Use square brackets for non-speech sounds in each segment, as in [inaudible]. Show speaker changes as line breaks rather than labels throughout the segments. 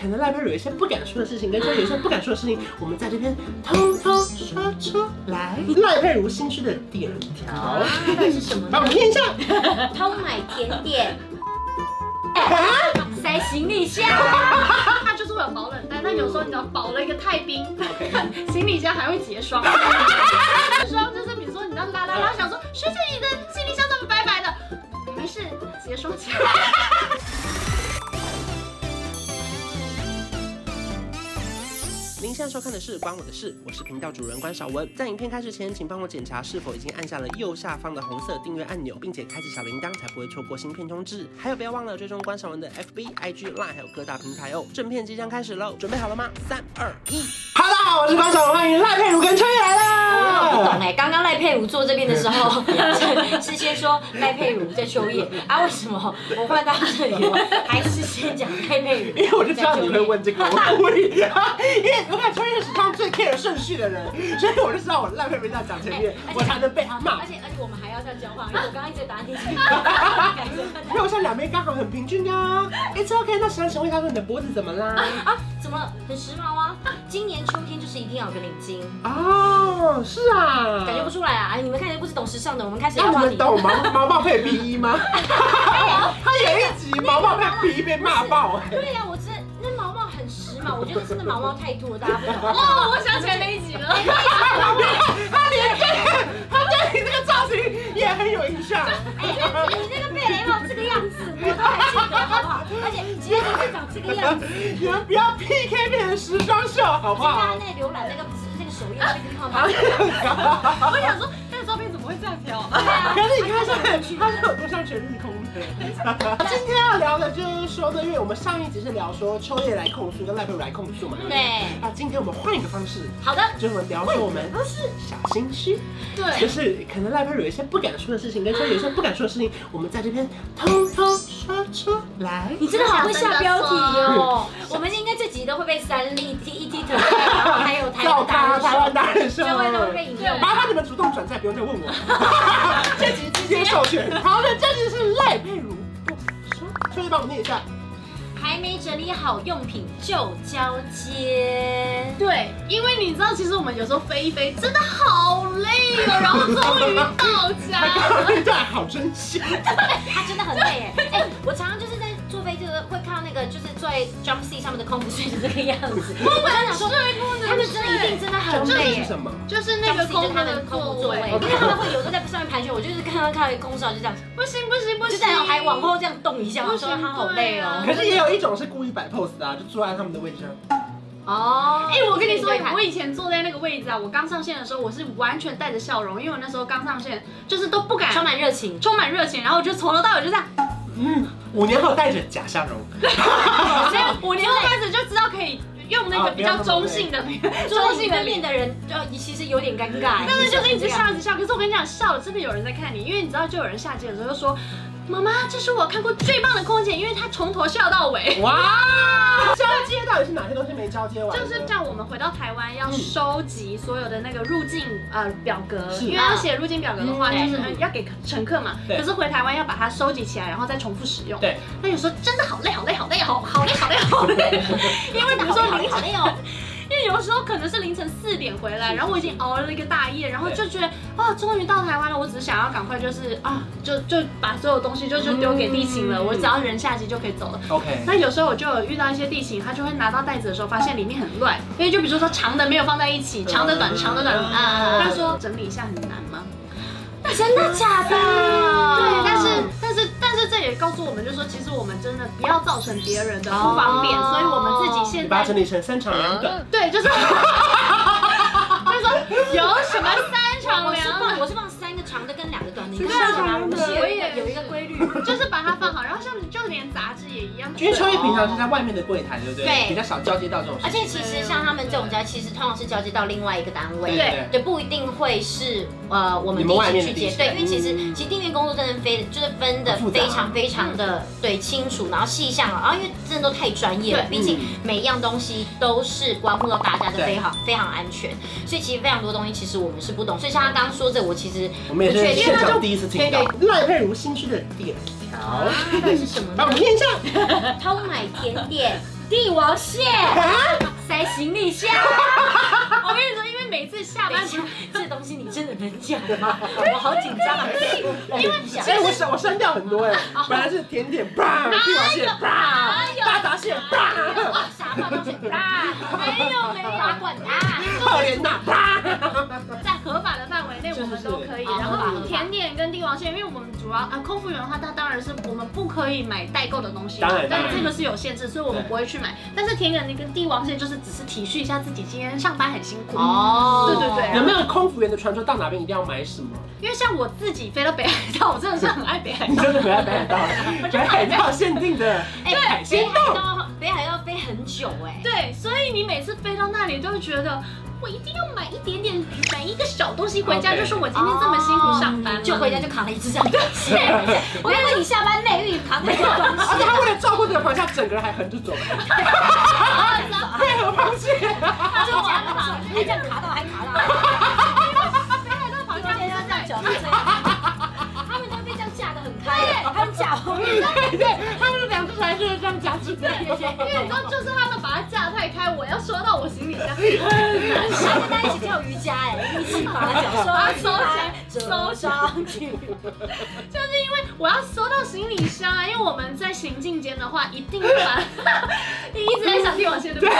可能赖佩有一些不敢说的事情，跟真有一些不敢说的事情，我们在这边通通说出来。赖佩如新区的点条，
到底是什么
[laughs] 帮我们？
呢
念一下。
偷买甜点，
[laughs]
塞行李箱，
它啊就是会有保冷袋，但有时候你知道保了一个太冰， [laughs] 行李箱还会结
[laughs]
霜。霜就是比如说你知道拉拉拉，想说学姐你的行李箱怎么白白的？没事，结霜起
[laughs]
来。
您现在收看的是《关我的事》，我是频道主人关少文。在影片开始前，请帮我检查是否已经按下了右下方的红色订阅按钮，并且开启小铃铛，才不会错过新片通知。还有，不要忘了追踪关少文的 FB、IG、Line，还有各大平台哦。正片即将开始喽，准备好了吗？三、二、一，Hello，大家好我是关少文，欢迎赖佩如跟秋叶来
我不懂
啦。
哎，刚刚赖佩如坐这边的
[laughs]
时候，是是先说赖佩如在秋叶啊？为什么我换到这里了？还是先讲赖佩如？
因为我就知道你会问这个问题，因为我看秋叶是他最 care 顺序的人，所以我就知道我赖佩如要讲前面
哎而，且
我才能被他 [laughs] 骂
而。且而且我们还要这样交换，因为我刚刚一直打你，感觉
因为我现在两边刚好很平均啊。It's OK，那想请问一下说你的脖子怎么 [laughs] 啦？
啊，怎么 [laughs] 很时髦啊？今年秋天就是一定要有个领巾，
哦，是啊，
感觉不出来啊！哎你们看起来不是懂时尚的，我们开始
那
要
你
话
们
题。
懂毛毛毛配 B 衣 [laughs] 吗？他有一集毛毛配 B 被骂爆，哎
对啊呀、我真的那毛毛很时髦，我觉得真的毛毛太多了，大家不懂。
哦，我想起来那一集了。
他连他对你这个造型也很有印 [laughs] 象。
哎，你那个贝雷帽这个样子，我都还记得，好不好？而且今天就是长这个样子，
[laughs] 你们不要 PK 变成时装秀好不
大家
好？
那个浏览那个那个首页那个号
[laughs]
码，
我想说，那个照片怎么会这样挑？啊
[laughs]
可是你看上去，它是有多像全日空的。今天要聊的就是说呢，因为我们上一集是聊说秋叶来控诉跟赖佩如来控诉嘛，对不对？
对，
那今天我们换一个方式，
好的，
就是我们聊说我 [laughs] 们
不是
小心虚，就
对，
是可能赖佩如有一些不敢说的事情，跟秋叶有一些不敢说的事情，我们在这边通通说出来。
你真的好会下标题哦！我们应该这集都会被三立 T E T 然后还有台
照
湾
咖
大
台湾
热
达人秀 [laughs]
秀，，这位都会被引用。
麻烦你们主动转载，不用再问我。这集直 [laughs] 接授权。好的，这集是赖佩如不说，秋叶帮我念一下。
还没整理好用品就交接。
对，因为你知道，其实我们有时候飞一飞真的好累哦，然后终于到家
他刚刚。
了
[laughs]
那段好真心。
他真的很累哎，哎、我常常就是在坐飞机的时候会看到那个就是坐在 jump seat 上面的空服睡成这个样子，我在想说他们真的一定真的很累
是
耶。
什么？
就是那
jump
个
seat 就是
空
他
他
们的
的
空服
座
座位，
位
因，为他们会有时候在上面盘旋，我就是看到看到一个空少就这样，
不行不行不
就
行，
这样还往后这样动一下，我说他好累哦
可。是也有一种是故意摆 pose 的啊，就坐在他们的位置上。
哦，
哎、我跟你说，我
我
以前坐在那个位置啊，我刚上线的时候，我是完全带着笑容，因为我那时候刚上线，就是都不敢
充满热情，
充满热情，然后我就从头到尾就这样，
嗯，五年后带着假笑容。
所以五年后开始就知道可以用那个比较中性
[laughs]
的、
坐
中
在你
性
对
的
面
脸，
的人呃其实有点尴尬，
但是就是一直笑一直笑。可是我跟你讲，笑了真的有人在看你，因为你知道，就有人下机的时候就说。妈妈，这是我看过最棒的空姐，因为她从头笑到尾。
哇，交接到底是哪些东西没交接完？
就是像我们回到台湾要
嗯
收集所有的那个入境呃表格，
是
因为要写入境表格的话，
嗯
就是呃要给乘客嘛。
对
可是回台湾要把它收集起来，然后再重复使用。
对。
那有时候真的好累，好累，好累，好好累，好累，好累。因为比如说
好累
凌
好
晨，
累哦。
因为有时候可能是凌晨四点回来，
是
然后我已经熬了一个大夜，然后
对
就觉得啊，终于到台湾了，我只是想要赶快就是啊，就就把所有东西就就丢给地勤了，
嗯
我只要人下机就可以走了。
OK。
那有时候我就有遇到一些地形，他就会拿到袋子的时候，发现里面很乱，因为就比如说长的没有放在一起，长的短，长的短
嗯
啊。他说整理一下很难吗？
真的假的？
对，但是但是但是这也告诉我们，就是说其实我们真的不要造成别人的不方便，
哦
所以我们自己
你
现
把它
在
整理成三长两短。
对 [laughs] 就是，他说有什么三长
我是
两
放
短。
我是放三个长的跟两个短的，你
是
看到
正
吗？
常
我
的
是有
我
一个
也
有一个规律。
[laughs] 就是把它放好，然后像就连杂志也一样，
因为秋叶平常是在外面的柜台，对不对？
对
比较少交接到这种事
而
情。
且其实像他们这种家，其实通常是交接到另外一个单位，
对
对，不一定会是呃我们
你们外
地
面
勤
的
去
地
接，
勤
对，因为其实
嗯
其实地面工作真的非就是分的
很复杂啊嗯
非常非常的对清楚，然后细项啊，然后因为真的都太专业了，
对
毕竟每一样东西都是关乎到大家
嗯
的
对
非常非常安全，所以其实非常多东西其实我们是不懂，所以像他刚刚说这，我其
[laughs]
实
我们也是现
不确
场
定
第一次听到赖佩如新区的点条，
哦
到底是什么
[laughs]
帮我？
呢
们念一下。 [laughs]
偷买甜点，帝王蟹，塞行李箱。
啊 [laughs] 我跟你说，因为每次下
等
班 [laughs]
一下，这东西你真的能讲
[laughs]
吗？我好紧张啊！ [laughs] 因为想
哎、我删我删掉很多哎、本来是甜点啪，帝王蟹啪，大闸蟹啪，
哎
哇，傻瓜东西啊，没有没有，滚啊！
[laughs] 泡莲娜啪，
在合法的范围内，我们都可以。
是是是
然
哦合法
后
合法
甜点跟帝王蟹，因为我们主要啊，空服员的话，它当然是我
嗯
们不可以买代购的东西嘛，
当然当
但
然
这个是有限制，所以我们不会去买。但是甜点跟帝王蟹就是只是体恤一下自己今天上班很辛苦。
哦
对对对
有没有空服员的传说到哪边一定要买什么？
因为像我自己飞到北海道，我真的是很爱北海
你
[laughs]
道。
真的不要北海道，北海道限定的
哎，
海
北
鲜
海
冻。
道，北海道飞很久哎。
对，所以你每次飞到那里，都会觉得我一定要买一点点，买一个小东西回家，
OK
就是我今天这么辛苦上班了，
哦就回家就扛了一只小螃蟹。我以为你下班累，你扛了一只螃
而且
蟹。
他为了照顾这个螃蟹，他整个人还横着走，配合螃蟹。
他就夹着螃蟹，这样卡到还卡到，
啊好
中
像
间
不
要这样
是
搅
在。
着这样。他们都被这样架得很开，他们架红了。
对对，他们两只螃蟹这样夹起来。
[laughs] 因为你知道，就是他们把它架太开，我要收到我行李 [laughs] 箱，很难受。
他跟他一起跳瑜伽，哎，一起把脚收起来，收上
就是
去。
因为我要收到行李箱啊，因为我们在行进间的话，一定要 [laughs] 把，你一直在想帝王蟹对不对？
对，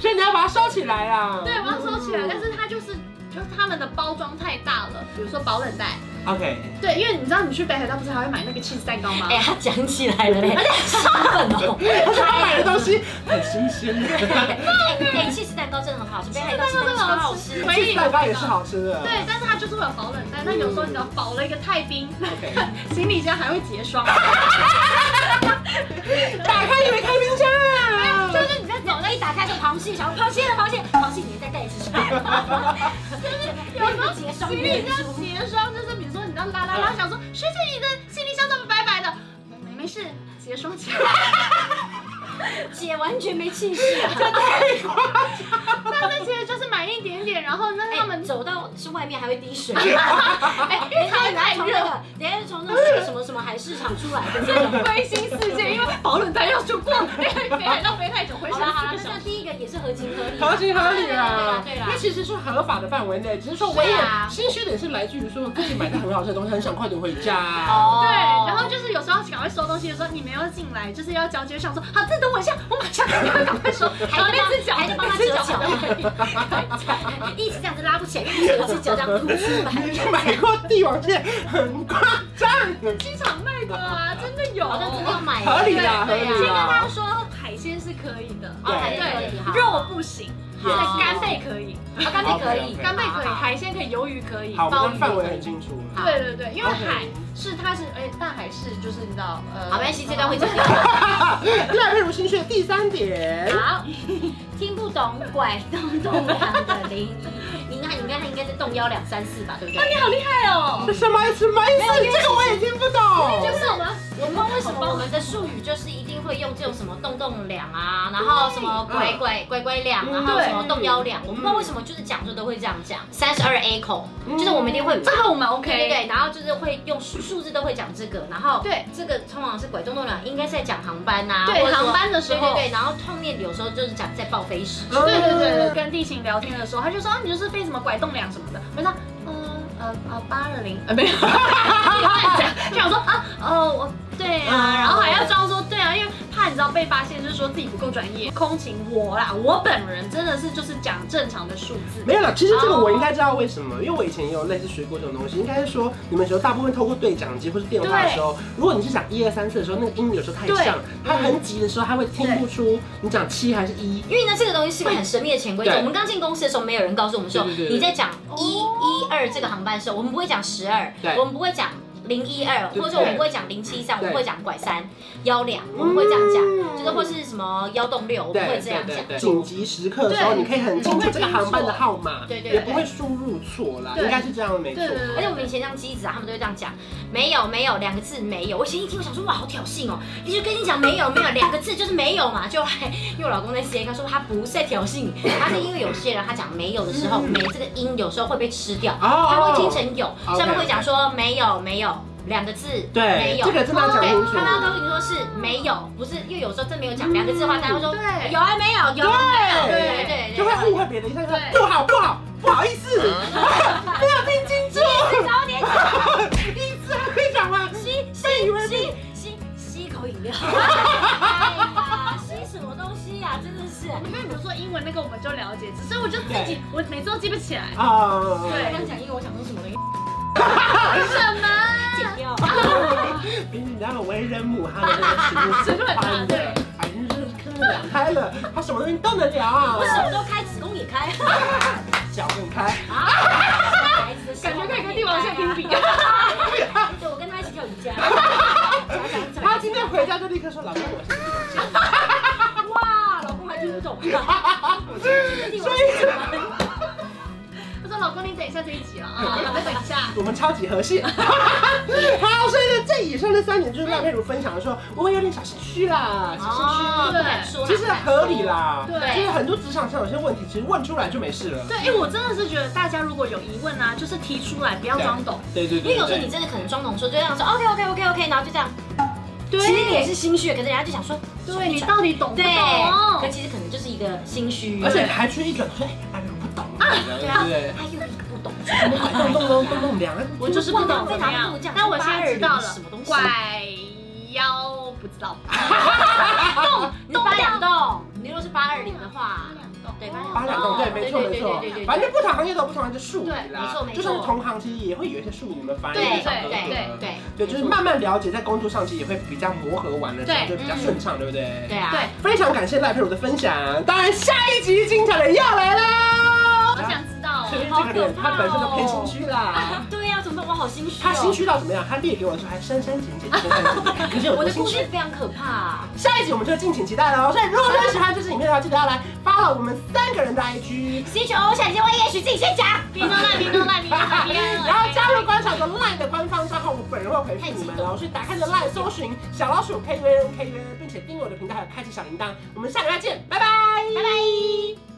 所以你要把它收起来啊啦。
[laughs] 对，我要收起来，但是它就是就是他们的包装太大了，比如说保冷袋。
，OK，
对，因为你知道你去北海道不是还会买那个 cheese 蛋糕吗？
哎，他讲起来了嘞，兴奋哦。
而且他买的东西很新鲜的，
哎，气势蛋糕真的很好吃，北海道气势蛋糕超好吃。
可以
蛋糕也是好吃的。
对，但是它就是会有保冷袋，但有时候你知道保了一个太冰，
OK，
[laughs] 行李箱还会结 [laughs] 霜，
打开以为开冰箱啊。
就是你在走那一打开就螃蟹，想螃蟹的螃蟹，螃蟹你再盖一次，就是有时候结霜
行李箱结霜就是比如说你知道拉拉拉，想说谁谁你的行李箱怎么白白的？没没事，结霜起来。
姐完全没气势啊！
但是其实就是买一点点，然后那他
他
们
们走到是外面还会滴水，
哎，因为
人
他
家
们
拿
太
从
热
那
了，
个，人家是从那个什么什么海市场出来的那种。
灰心世界，因为保冷袋要就过，北海道飞太久，回
好
想
啦好啦，
四个小
那那
时。
第一个也是合情合理。
合情合理
对啦
啦，
对啦
因为其实是合法的范围内，只是说我也
是啊
心虚点是来自于说自己买到很好吃的东西，很想快点回家。
哦，
对，然后就是有时候赶快收东西的时候，你没有进来，就是要交接上说，好，再等我一下，我马上赶快收，然后
还在
那
帮
只脚
还在帮他折脚，一直这样子拉不起来，因为有只脚这样凸出来。
你买过帝王蟹，很夸张，
机场卖的啊，真的有，
好像真的要买耶。
合理啦，合
对
理
呀
先跟大
啦
家。说，海鲜是可以的，
哦海鲜可以好
对，肉不行，
好
但干贝可以，
啊干贝可以，
OK，OK
干贝可以，
好好好
海鲜可以，鱿鱼可以，
好，我
鲍
们的
鱼可
范围
以
很。清楚了。
对对对，因为
OK [laughs]
海是它是，而且大海是就是你知道，呃，
好，没关系，这
[laughs]
段会剪掉。
越来越如心虚的第三点，
哎
好，听不懂拐动动荡的零一，你看你看他应该是动幺两三四吧，对不对？
你好厉害
[laughs]
哦，
什么什么意思？这个我也听不懂。
是我们，我们为什么我们的术语就是一定会用这种什么洞洞两啊，然后什么拐拐拐拐两，
嗯
然后什么动幺两，我们不知道为什么就是讲座都会这样讲。三十二 A 口，就是我们一定会。
这个我们
对对
嗯 OK，
对，然后就是会用数数字都会讲这个，然后
对
这个通常是拐动动两，应该是在讲航班呐、
对
或者说
航班的时候
对对对，然后后面有时候就是讲在报飞时，
对对对对对，跟地勤聊天的时候，他就说啊你就是飞什么拐动两什么的，我就说嗯呃呃八二零，呃没有， [laughs] 就想说啊哦我对啊，然后还要装说对啊，因为怕你知道被发现，就是说自己不够专业。空勤我啦，我本人真的是就是讲正常的数字，
没有啦，其实这个我应该知道为什么，因为我以前也有类似学过这种东西。应该是说，你们有时候大部分透过对讲机或是电话的时候，如果你是讲一二三四的时候，那个音有时候太像，它很急的时候，它会听不出你讲七还是一。
因为呢，这个东西是个很神秘的潜规则。
对
我们刚进公司的时候，没有人告诉我们说
对对，对对
你在讲一一二这个航班的时候，我们不会讲十二
对，
我们不会讲零一二，
对
或者说我们不会讲零七三，我
对
们不会讲拐三幺两，我们不会这样
嗯
讲，就是或是什么幺洞六，我们不会这样讲。
紧急时刻的时候，你可以很清楚这个航班的号码，
对对
也不会输入错啦，
对
应该是这样的没错
对。对
而且
对
我们以前像机子啊，他们都会这样讲，没有没有两个字没有。我以前一听，我想说哇，好挑衅哦！一直跟你讲没有没有两个字就是没有嘛，就 [laughs] 还因为我老公在 C 他说他不是在挑衅你，他是因为有些人他讲没有
[laughs]
的时候，没这个音有时候会被吃掉，
哦
他会听成有，
OK
下面会讲说没有没有两个字，
对
没有，
这个真的要讲
对
清楚
他们要跟你说是没有，不是，因为有时候真没有讲两个字的话，大家会说
对
有啊没有，有啊没有，
对
对对对，
就会误会别人，一下说
对
不好不好不好意思，没有听清楚，
早点讲，
[laughs] 一直还会讲吗？
吸吸吸吸吸一口饮料，哎呀，吸什么东西呀，真的是。
因为比如哎说英文那个我们就了解，只是我就自己我每次都记不起来。
啊，
刚
对
刚讲英文，我想说什么东西？
什么？
剪掉。
[laughs] 比你那个为人母，他的那 [laughs] 个情绪
很大对
哎，你这看得了开了，他什么东西都能聊啊
我，什
[laughs]
么时候开，子宫也开。
脚很开，
啊，
感觉可以跟帝王蟹评 [laughs] 比。
对，我跟他一起跳瑜伽。
他今天回家就立刻说老公我是
哇，老公还听不懂。
[laughs] 帝王蟹，所以
他说老公，你等一下这一集了啊，我等一下。
我们超级和 [laughs] 谐。好，所以呢，这以上的三点就是赖佩如分享的说，我有点小心虚啦，小心虚。
哦，不敢说啦。
其实合理啦，
对
就是很多职场上有些问题，其实问出来就没事了。
对，哎，我真的是觉得大家如果有疑问啊，就是提出来，不要装懂。
对对对，
因为有时候你真的可能装懂说，就这样说 OK OK OK OK，然后就这样。
对
其实你也是心虚，可是人家就想说，
对你到底懂不
对，可
懂？
其实可能就是一个心虚。
而且还去一转说，哎，赖佩如不懂，[laughs]
对
对
啊
不对，？
他又一个不懂，
怎么拐动动动动动两个？
我就是不懂怎么样，但我现在知道了
什么东，西
拐腰不知道。
你是八两洞，你如果是八二零的话，对八
八两洞，对，没错没错
对对对对对，
反正不同行业都有不同的术语啦，
对没错没错
就算是同行，其实也会有一些术语，你们反而
对
也
对
少得
对
多
对
对，
对
就是慢慢了解，在工作上其实也会比较磨合完了之后
对
就比较顺畅，对不对？
对。啊，
对，
非常感谢赖佩如的分享，当然下一集精彩的要来
好
啦！
想知道
其
哦。
实这个脸他本身都偏心虚啦，
对呀，怎么办？我好心虚哦。
他心虚到怎么样？他列给我的时候还删删减减删删减减，你是有
我
多
的
心
故
虚
事？非常可怕、
下一集我们就敬请期待喽！所以如果真的喜欢这支影片的话，记得要来 follow 我们三个人的 IG。
C H O 闪电万叶许自己先讲，
别弄烂，别弄烂，别弄烂，别弄
[laughs]
烂。
然后加入观察的 LINE 的官方账号，我本人会回复你们哦。所以打开你的 LINE 搜寻小老鼠 K U N K U N，并且订阅我的频道，还有开启小铃铛。我们下个礼拜见，拜拜，拜拜。